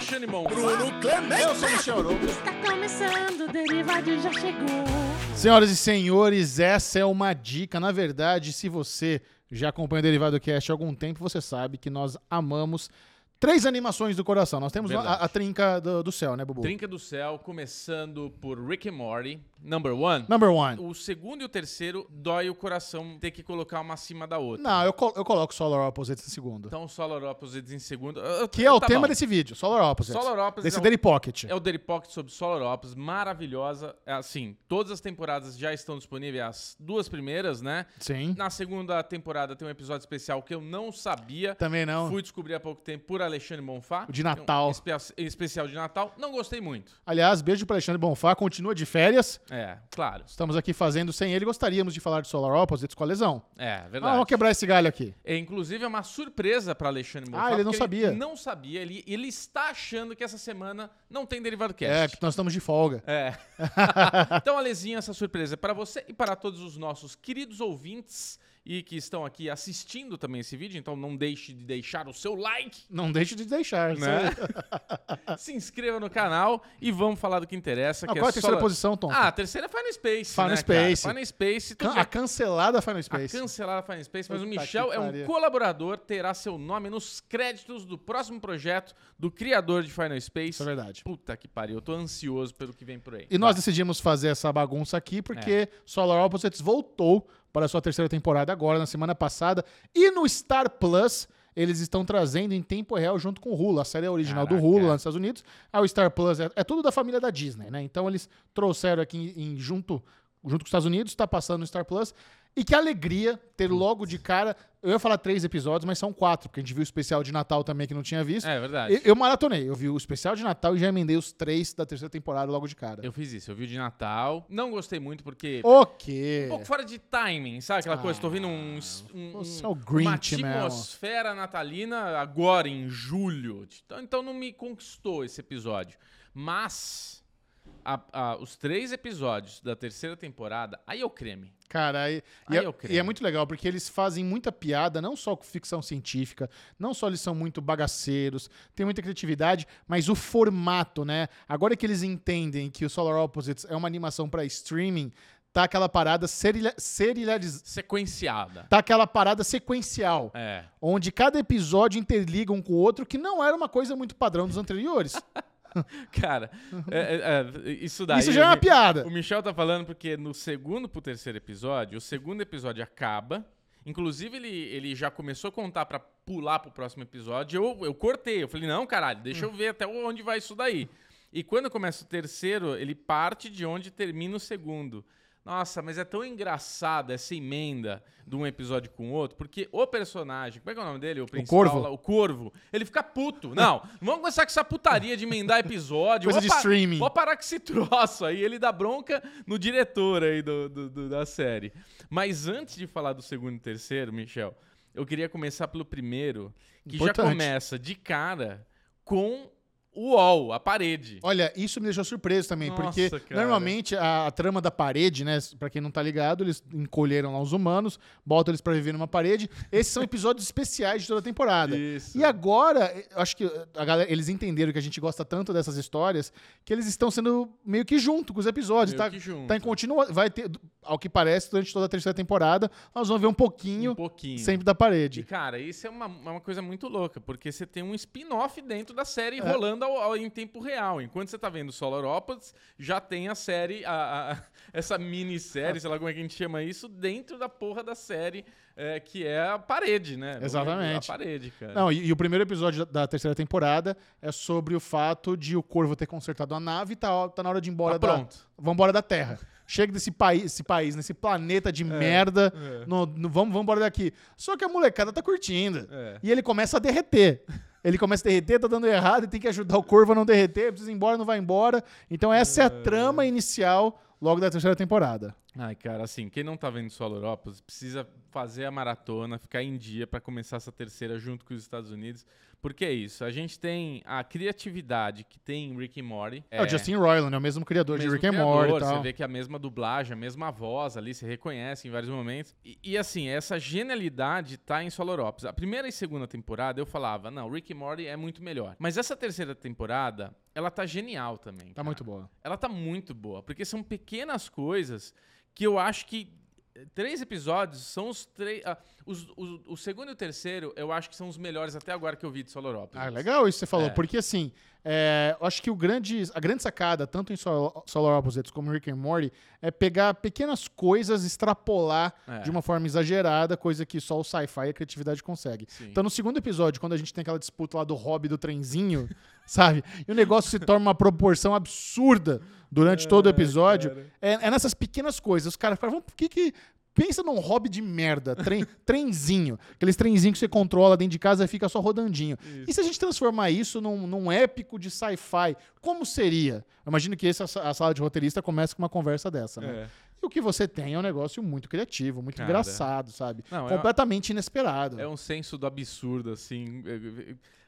Xanimon. Bruno Clemente. Eu sou o Michel Arouca. Está começando, o Derivado já chegou. Senhoras e senhores, essa é uma dica. Na verdade, se você já acompanha o Derivado Cast há algum tempo, você sabe que nós amamos três animações do coração. Nós temos a, Verdade. a trinca do, do céu, né, Bubu? Trinca do Céu, começando por Rick and Morty, number one. Number one. O segundo e o terceiro dói o coração ter que colocar uma acima da outra. Não, eu, col- eu coloco Solar Opposites em segundo. Então, Solar Opposites em segundo. Ah, que é o tá tema bom. desse vídeo, Solar Opposites. Solar Opposites Desse é um- Daily Pocket. É o Daily Pocket sobre Solar Opposites, maravilhosa. É Assim, todas as temporadas já estão disponíveis, as duas primeiras, né? Sim. Na segunda temporada tem um episódio especial que eu não sabia. Também não. Fui descobrir há pouco tempo por Alexandre Bonfá. Então. O de Natal. Um espia- especial de Natal. Não gostei muito. Aliás, beijo para Alexandre Bonfá, continua de férias. É, claro. Estamos aqui fazendo sem ele. Gostaríamos de falar de Solar Opposites com a lesão. É, Ah, verdade. vamos quebrar esse galho aqui. É, inclusive, é uma surpresa para Alexandre Bonfá. Ah, ele não porque sabia. Ele não sabia. Ele, ele está achando que essa semana não tem Derivado É, Cast. que nós estamos de folga. É. então, Alezinha, essa surpresa é para você e para todos os nossos queridos ouvintes e que estão aqui assistindo também esse vídeo. Então, não deixe de deixar o seu like, Não deixe de deixar. Né? isso aí. se inscreva no canal e vamos falar do que interessa. Ah, que qual é a só- terceira posição, Tom? Ah, a terceira é Final Space. Final né, Space. Cara? Final Space. tudo Can- bem. a cancelada Final A Space. cancelada Final Space, mas o Puta que Michel é um pariu. colaborador, terá seu nome nos créditos do próximo projeto do criador de Final Space. Isso é verdade. Puta que pariu, eu tô ansioso pelo que vem por aí. E nós decidimos fazer essa bagunça aqui É. porque Solar Opposites voltou para a sua terceira temporada agora, na semana passada. E no Star Plus, eles estão trazendo em tempo real junto com o Hulu. A série original do Caraca. Hulu lá nos Estados Unidos. Aí o Star Plus é, é tudo da família da Disney, né? Então eles trouxeram aqui em, em- junto, junto com os Estados Unidos, está passando no Star Plus. E que alegria ter logo de cara. Eu ia falar três episódios, mas são quatro, porque a gente viu o especial de Natal também que não tinha visto. É verdade. Eu, eu maratonei, eu vi o especial de Natal e já emendei os três da terceira temporada logo de cara. Eu fiz isso, eu vi o de Natal. Não gostei muito porque. O quê? Um pouco fora de timing, sabe aquela Ah, coisa? Tô vendo um, es- um- você um- é o Grinch uma mesmo. atmosfera natalina agora, em julho. Então, então não me conquistou esse episódio. Mas a- a- os três episódios da terceira temporada, aí é o creme. Cara, e, Aí e é- eu creio. e é muito legal, porque eles fazem muita piada, não só com ficção científica, não só eles são muito bagaceiros, tem muita criatividade, mas o formato, né? Agora que eles entendem que o Solar Opposites é uma animação pra streaming, tá aquela parada serializada. Sequenciada. Tá aquela parada sequencial, É. onde cada episódio interliga um com o outro, que não era uma coisa muito padrão dos anteriores. Cara, é- é- é, isso daí. Isso já é eu uma vi- piada. O Michel tá falando porque no segundo pro terceiro episódio, o segundo episódio acaba. Inclusive, ele, ele já começou a contar pra pular pro próximo episódio. Eu, eu cortei. Eu falei, não, caralho, deixa eu ver até onde vai isso daí. E quando começa o terceiro, ele parte de onde termina o segundo. Nossa, mas é tão engraçada essa emenda de um episódio com o outro, porque o personagem, como é que é o nome dele? O, principal Corvo? lá, o Corvo, ele fica puto. Não, não vamos começar com essa putaria de emendar episódio. Coisa de Opa, streaming. Pode parar com esse troço aí, ele dá bronca no diretor aí do, do- do- da série. Mas antes de falar do segundo e terceiro, Michel, eu queria começar pelo primeiro, que já Importante. começa de cara com o UOL, a parede. Olha, isso me deixou surpreso também, Nossa, porque cara. normalmente a, a trama da parede, né? Pra quem não tá ligado, eles encolheram lá os humanos, botam eles pra viver numa parede. Esses são episódios especiais de toda a temporada. Isso. E agora, eh, eu acho que a galera- eles entenderam que a gente gosta tanto dessas histórias que eles estão sendo meio que junto com os episódios. Meio tá, que junto. tá em continua, vai ter, ao que parece, durante toda a terceira temporada, nós vamos ver um pouquinho, um pouquinho. sempre da E, parede. cara, isso é uma, é uma coisa muito louca, porque você tem um spin-off dentro da É. série rolando ao- ao- em tempo real. Enquanto você tá vendo Solar Opposites, já tem a série, a- a- essa minissérie, sei lá como é que a gente chama isso, dentro da porra da série, é, que é a parede, né? Exatamente. A parede, cara. Não, e, e o primeiro episódio da da terceira temporada é sobre o fato de o Corvo ter consertado a nave e tá, tá na hora de ir embora Tá da, pronto. Vamos embora da Terra. Chega desse país, esse país, nesse planeta É. de merda. No, no- vamos, vamos embora daqui. Só que a molecada tá curtindo. É. E ele começa a derreter. Ele começa a derreter, tá dando errado, e tem que ajudar o Corvo a não É. derreter, precisa ir embora, não vai embora. Então essa é a trama inicial logo da terceira temporada. Ai, cara, assim, quem não tá vendo Solar Opposite precisa fazer a maratona, ficar em dia pra começar essa terceira junto com os Estados Unidos. Porque é isso, a gente tem a criatividade que tem em Rick and Morty. É, o Justin Roiland, é o mesmo criador mesmo de Rick and criador, Morty e Você tal. vê que é a mesma dublagem, a mesma voz ali, você reconhece em vários momentos. E, e, assim, essa genialidade tá em Soloropes. A primeira e segunda temporada eu falava, não, Rick and Morty é muito melhor. Mas essa terceira temporada, ela tá genial também. Tá cara. muito boa. Ela tá muito boa, porque são pequenas coisas que eu acho que eh, três episódios são os três ah, os- os- o segundo e o terceiro eu acho que são os melhores até agora que eu vi de Soloropes. Ah, legal isso que você falou, É. porque assim, é, eu acho que o grande, a grande sacada, tanto em Sol- Solar Opposites como em Rick and Morty, é pegar pequenas coisas, extrapolar É. de uma forma exagerada, coisa que só o sci-fi e a criatividade consegue. Sim. Então, no segundo episódio, quando a gente tem aquela disputa lá do hobby do trenzinho, sabe? E o negócio se torna uma proporção absurda durante todo o episódio. É, é nessas pequenas coisas. Os caras falam, por que que... Pensa num hobby de merda, trem, trenzinho. Aqueles trenzinhos que você controla dentro de casa e fica só rodandinho. E se a gente transformar isso num, num épico de sci-fi, como seria? Eu imagino que essa, a sala de roteirista começa com uma conversa dessa, né? É. E o que você tem é um negócio muito criativo, muito Cara. engraçado, sabe? Não, é- Completamente inesperado. É um senso do absurdo, assim.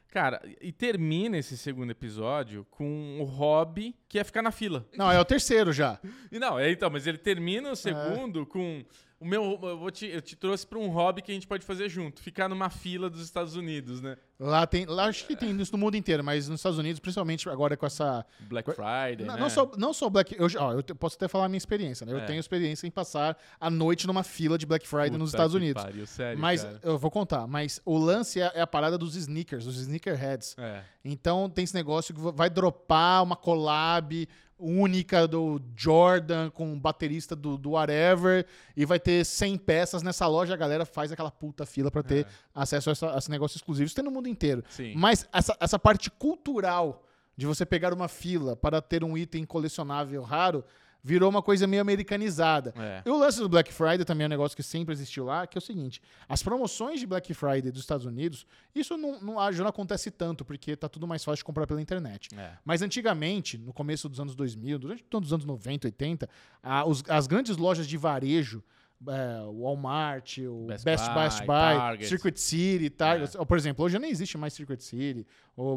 Cara, e termina esse segundo episódio com o Hobby, que é ficar na fila. Não, é o terceiro já. E não, é então, mas ele termina o segundo com. O meu, eu, vou te, eu te trouxe pra um hobby que a gente pode fazer junto, ficar numa fila dos Estados Unidos, né? Lá tem. Lá acho que tem isso no mundo inteiro, mas nos Estados Unidos, principalmente agora com essa. Black Co- Friday, Não, né? não só, não só Black. Eu, já- ó, eu te- posso até falar a minha experiência, né? Eu É. tenho experiência em passar a noite numa fila de Black Friday Puta nos Estados que Unidos. pariu, sério, mas cara. eu vou contar, mas o lance é, é a parada dos sneakers, dos sneakerheads. É. Então tem esse negócio que vai dropar uma collab única do Jordan com o baterista do, do whatever e vai ter 100 peças nessa loja, a galera faz aquela puta fila pra ter acesso a, essa- a esse negócio exclusivo. Isso tem no mundo inteiro. Sim. Mas essa, essa parte cultural de você pegar uma fila para ter um item colecionável raro virou uma coisa meio americanizada. É. E o lance do Black Friday também é um negócio que sempre existiu lá, que é o seguinte: as promoções de Black Friday dos Estados Unidos, isso não, não, já não acontece tanto, porque tá tudo mais fácil de comprar pela internet. É. Mas antigamente, no começo dos anos 2000, durante todos os anos 90, 80, a- os- as grandes lojas de varejo, é, o Walmart, o Best Best, Buy, Buy, Target. É. Circuit City, Target. Por exemplo, hoje nem existe mais Circuit City. O,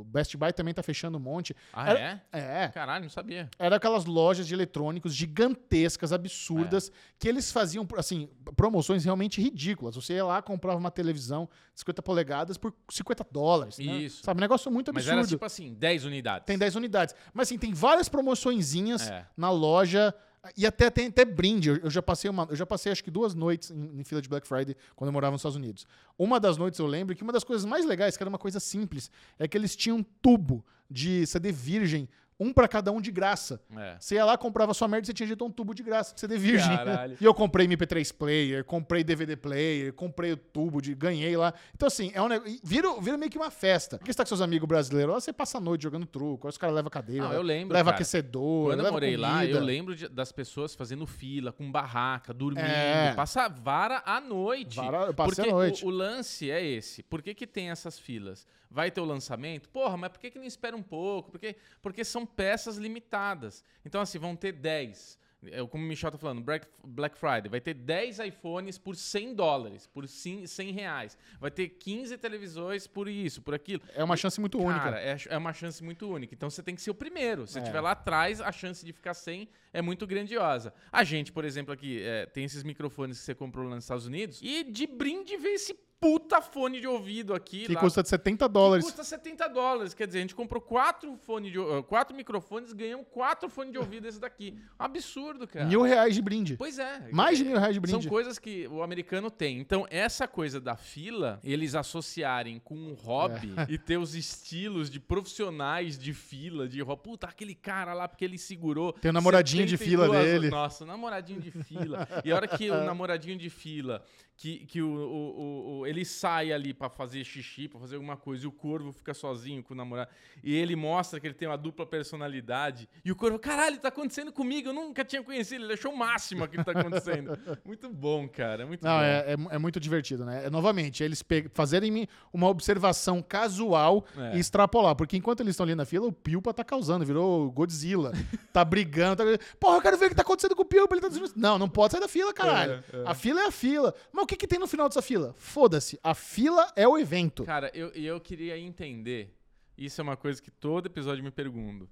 o Best Buy também tá fechando um monte. Ah, Era- é? É, Caralho, não sabia. eram aquelas lojas de eletrônicos gigantescas, absurdas, É. que eles faziam, assim, promoções realmente ridículas. Você ia lá, comprava uma televisão de 50 polegadas por 50 dólares. né? Isso. Sabe, um negócio muito Mas absurdo. era tipo assim, 10 unidades. Tem 10 unidades. Mas assim, tem várias promoçõezinhas É. na loja. E até tem até brinde. Eu, eu já passei uma, eu já passei acho que duas noites em, em fila de Black Friday quando eu morava nos Estados Unidos. Uma das noites eu lembro que uma das coisas mais legais, que era uma coisa simples, é que eles tinham um tubo de CD virgem, um pra cada um de graça. É. Você ia lá, comprava sua merda e você tinha direito a um tubo de graça de CD virgem. Caralho. E eu comprei MP3 player, comprei DVD player, comprei o tubo de. ganhei lá. Então, assim, é um negócio. Vira, vira meio que uma festa. Porque você tá com seus amigos brasileiros, lá você passa a noite jogando truco, aí os caras levam cadeira, Não, eu lembro, leva cara. aquecedor. Quando eu leva morei lá, comida. eu lembro de- das pessoas fazendo fila, com barraca, dormindo, É. passar vara à noite. Vara- eu passei porque a noite. O, o lance é esse. Por que, que tem essas filas? Vai ter o lançamento? Porra, mas por que, que não espera um pouco? Porque, porque são peças limitadas. Então, assim, vão ter 10. É, Como o Michel tá falando, Black- Black Friday vai ter 10 iPhones por 100 dólares, por cin- 100 reais. Vai ter 15 televisões por isso, por aquilo. É uma chance muito única. Cara, é, é uma chance muito única. Então você tem que ser o primeiro. Se você É. estiver lá atrás, a chance de ficar sem é muito grandiosa. A gente, por exemplo, aqui é, tem esses microfones que você comprou lá nos Estados Unidos e de brinde vê esse puta fone de ouvido aqui. que lá, custa de 70 que dólares. custa 70 dólares. Quer dizer, a gente comprou quatro, fone de, ou- quatro microfones ganhamos quatro fones de ouvido esse daqui. Um absurdo, cara. Mil reais de brinde. Pois é. Mais de mil reais de brinde. São coisas que o americano tem. Então, essa coisa da fila, eles associarem com um hobby É. e ter os estilos de profissionais de fila, de hobby. Puta, aquele cara lá porque ele segurou. Tem o namoradinho de fila 72 dele. É. Nossa, o namoradinho de fila. E a hora que o namoradinho de fila que, que o, o- o- o- ele sai ali pra fazer xixi, pra fazer alguma coisa, e o corvo fica sozinho com o namorado. E ele mostra que ele tem uma dupla personalidade. E o corvo, caralho, tá acontecendo comigo, eu nunca tinha conhecido, ele achou o máximo aquilo que tá acontecendo. muito bom, cara, muito Não, bom. é, é, mu- é muito divertido, né? É, novamente, eles pe- fazerem uma observação casual É. e extrapolar. Porque enquanto eles estão ali na fila, o Pilpa tá causando, virou Godzilla. tá brigando. Tá... Porra, eu quero ver o que tá acontecendo com o Pilpa. Ele tá dizendo... Não, não pode sair da fila, caralho. É, é. A fila é a fila. Mas o que, que tem no final dessa fila? Foda-se. A fila é o evento. Cara, eu, e eu queria entender. Isso é uma coisa que todo episódio me pergunto.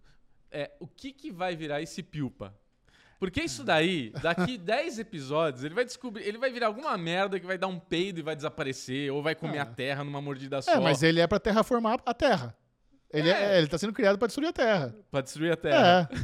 É, o que que vai virar esse Pilpa? Porque isso daí, daqui 10 episódios, ele vai descobrir, ele vai virar alguma merda que vai dar um peido e vai desaparecer, ou vai comer Ah. a terra numa mordida só É, mas ele é pra terraformar a Terra. Ele, é- ele tá sendo criado pra destruir a Terra. pra destruir a terra. É.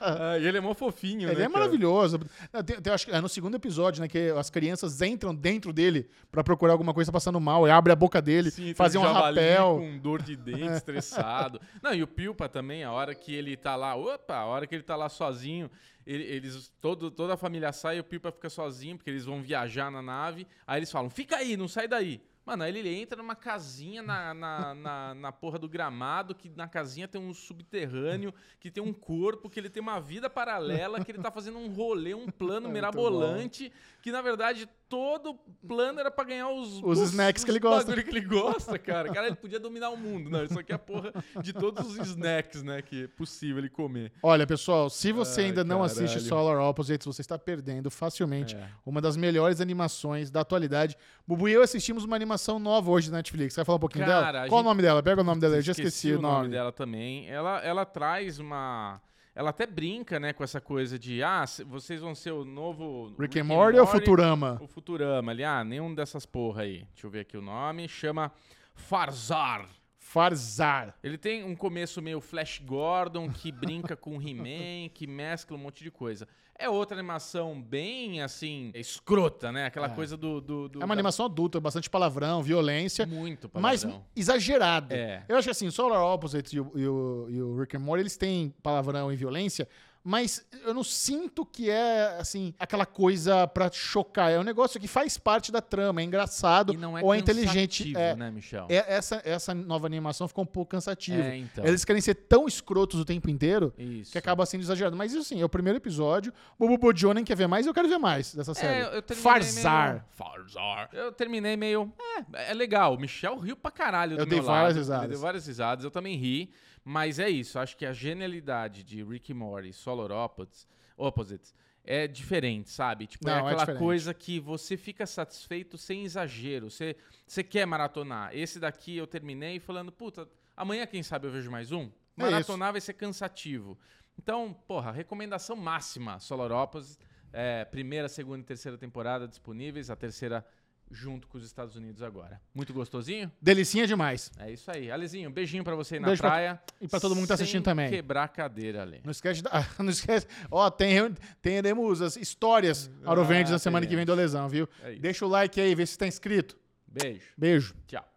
Ah, e ele é mó fofinho, Ele né, é cara? maravilhoso. Não, tem- tem- acho que é no segundo episódio, né? Que as crianças entram dentro dele pra procurar alguma coisa passando mal. E abre a boca dele, Sim, tem fazer um javali rapel. com dor de dente, estressado. Não, e o Pilpa também, a hora que ele tá lá, opa, a hora que ele tá lá sozinho, ele- eles todo, toda a família sai e o Pilpa fica sozinho, porque eles vão viajar na nave. Aí eles falam, fica aí, não sai daí. Mano, aí ele entra numa casinha na, na, na, na porra do gramado, que na casinha tem um subterrâneo, que tem um corpo, que ele tem uma vida paralela, que ele tá fazendo um rolê, um É plano mirabolante, que na verdade todo plano era pra ganhar os, Os snacks que ele bagulho gosta. bagulho que ele gosta, cara. Cara, ele podia dominar o mundo. Não, isso aqui é a porra de todos os snacks, né? Que é possível ele comer. Olha, pessoal, se você Ai, ainda não caralho. É. assiste Solar Opposites, você está perdendo facilmente uma das melhores animações da atualidade. Bubu e eu assistimos uma animação nova hoje na Netflix. Você vai falar um pouquinho Cara, dela? a Qual o gente- nome dela? Pega o nome dela, eu já esqueci, o nome, dela também. Ela, ela traz uma. Ela até brinca, né, com essa coisa de ah, se- vocês vão ser o novo. Rick and Morty ou Futurama? O Futurama ali, ah, nenhum dessas porra aí. Deixa eu ver aqui o nome. Chama Farzar. Farzar. É Ele tem um começo meio Flash Gordon, que brinca com He-Man, que mescla um monte de coisa. É outra animação bem, assim, escrota, né? Aquela É. coisa do... do, do É uma da- animação adulta, bastante palavrão, violência. muito mas palavrão. exagerado. É. Eu acho que assim, Solar Opposites e o, e o- e o Rick and Morty, eles têm palavrão e violência, mas eu não sinto que é, assim, aquela coisa pra chocar. É um negócio que faz parte da trama, é engraçado E não é ou é inteligente. cansativo, É, né, Michel? é- essa, essa nova animação ficou um pouco cansativa. É, então. Eles querem ser tão escrotos o tempo inteiro Isso. que acaba sendo exagerado. Mas isso assim, é o primeiro episódio. Bobo Bojonen quer ver mais eu quero ver mais dessa série. É, eu terminei meio- Farzar. Farzar. Eu terminei meio. É, é legal. O Michel riu pra caralho Eu do dei meu várias lado. risadas. Eu dei várias risadas. Eu também ri. Mas é isso. Acho que a genialidade de Rick e Morty, Solar Opposites, Opposites é diferente, sabe? Tipo, é Não, é aquela diferente. coisa que você fica satisfeito sem exagero. Você, você quer maratonar. Esse daqui eu terminei falando, puta, amanhã quem sabe eu vejo mais um. isso. Maratonar vai ser cansativo. Então, porra, recomendação máxima, Solar Opposites. É, primeira, segunda e terceira temporada disponíveis. A terceira junto com os Estados Unidos agora. Muito gostosinho? Delicinha demais. É isso aí. Alezinho, beijinho pra você aí na Beijo pra- praia. E pra todo mundo que tá Sem assistindo também. quebrar a cadeira, Ale. Não esquece, da, não esquece. Ó, tem, reuni- teremos as histórias Auroventes Ah, na semana que vem do Lesão, viu? É isso. Deixa o like aí, vê se tá inscrito. Beijo. Beijo. Tchau.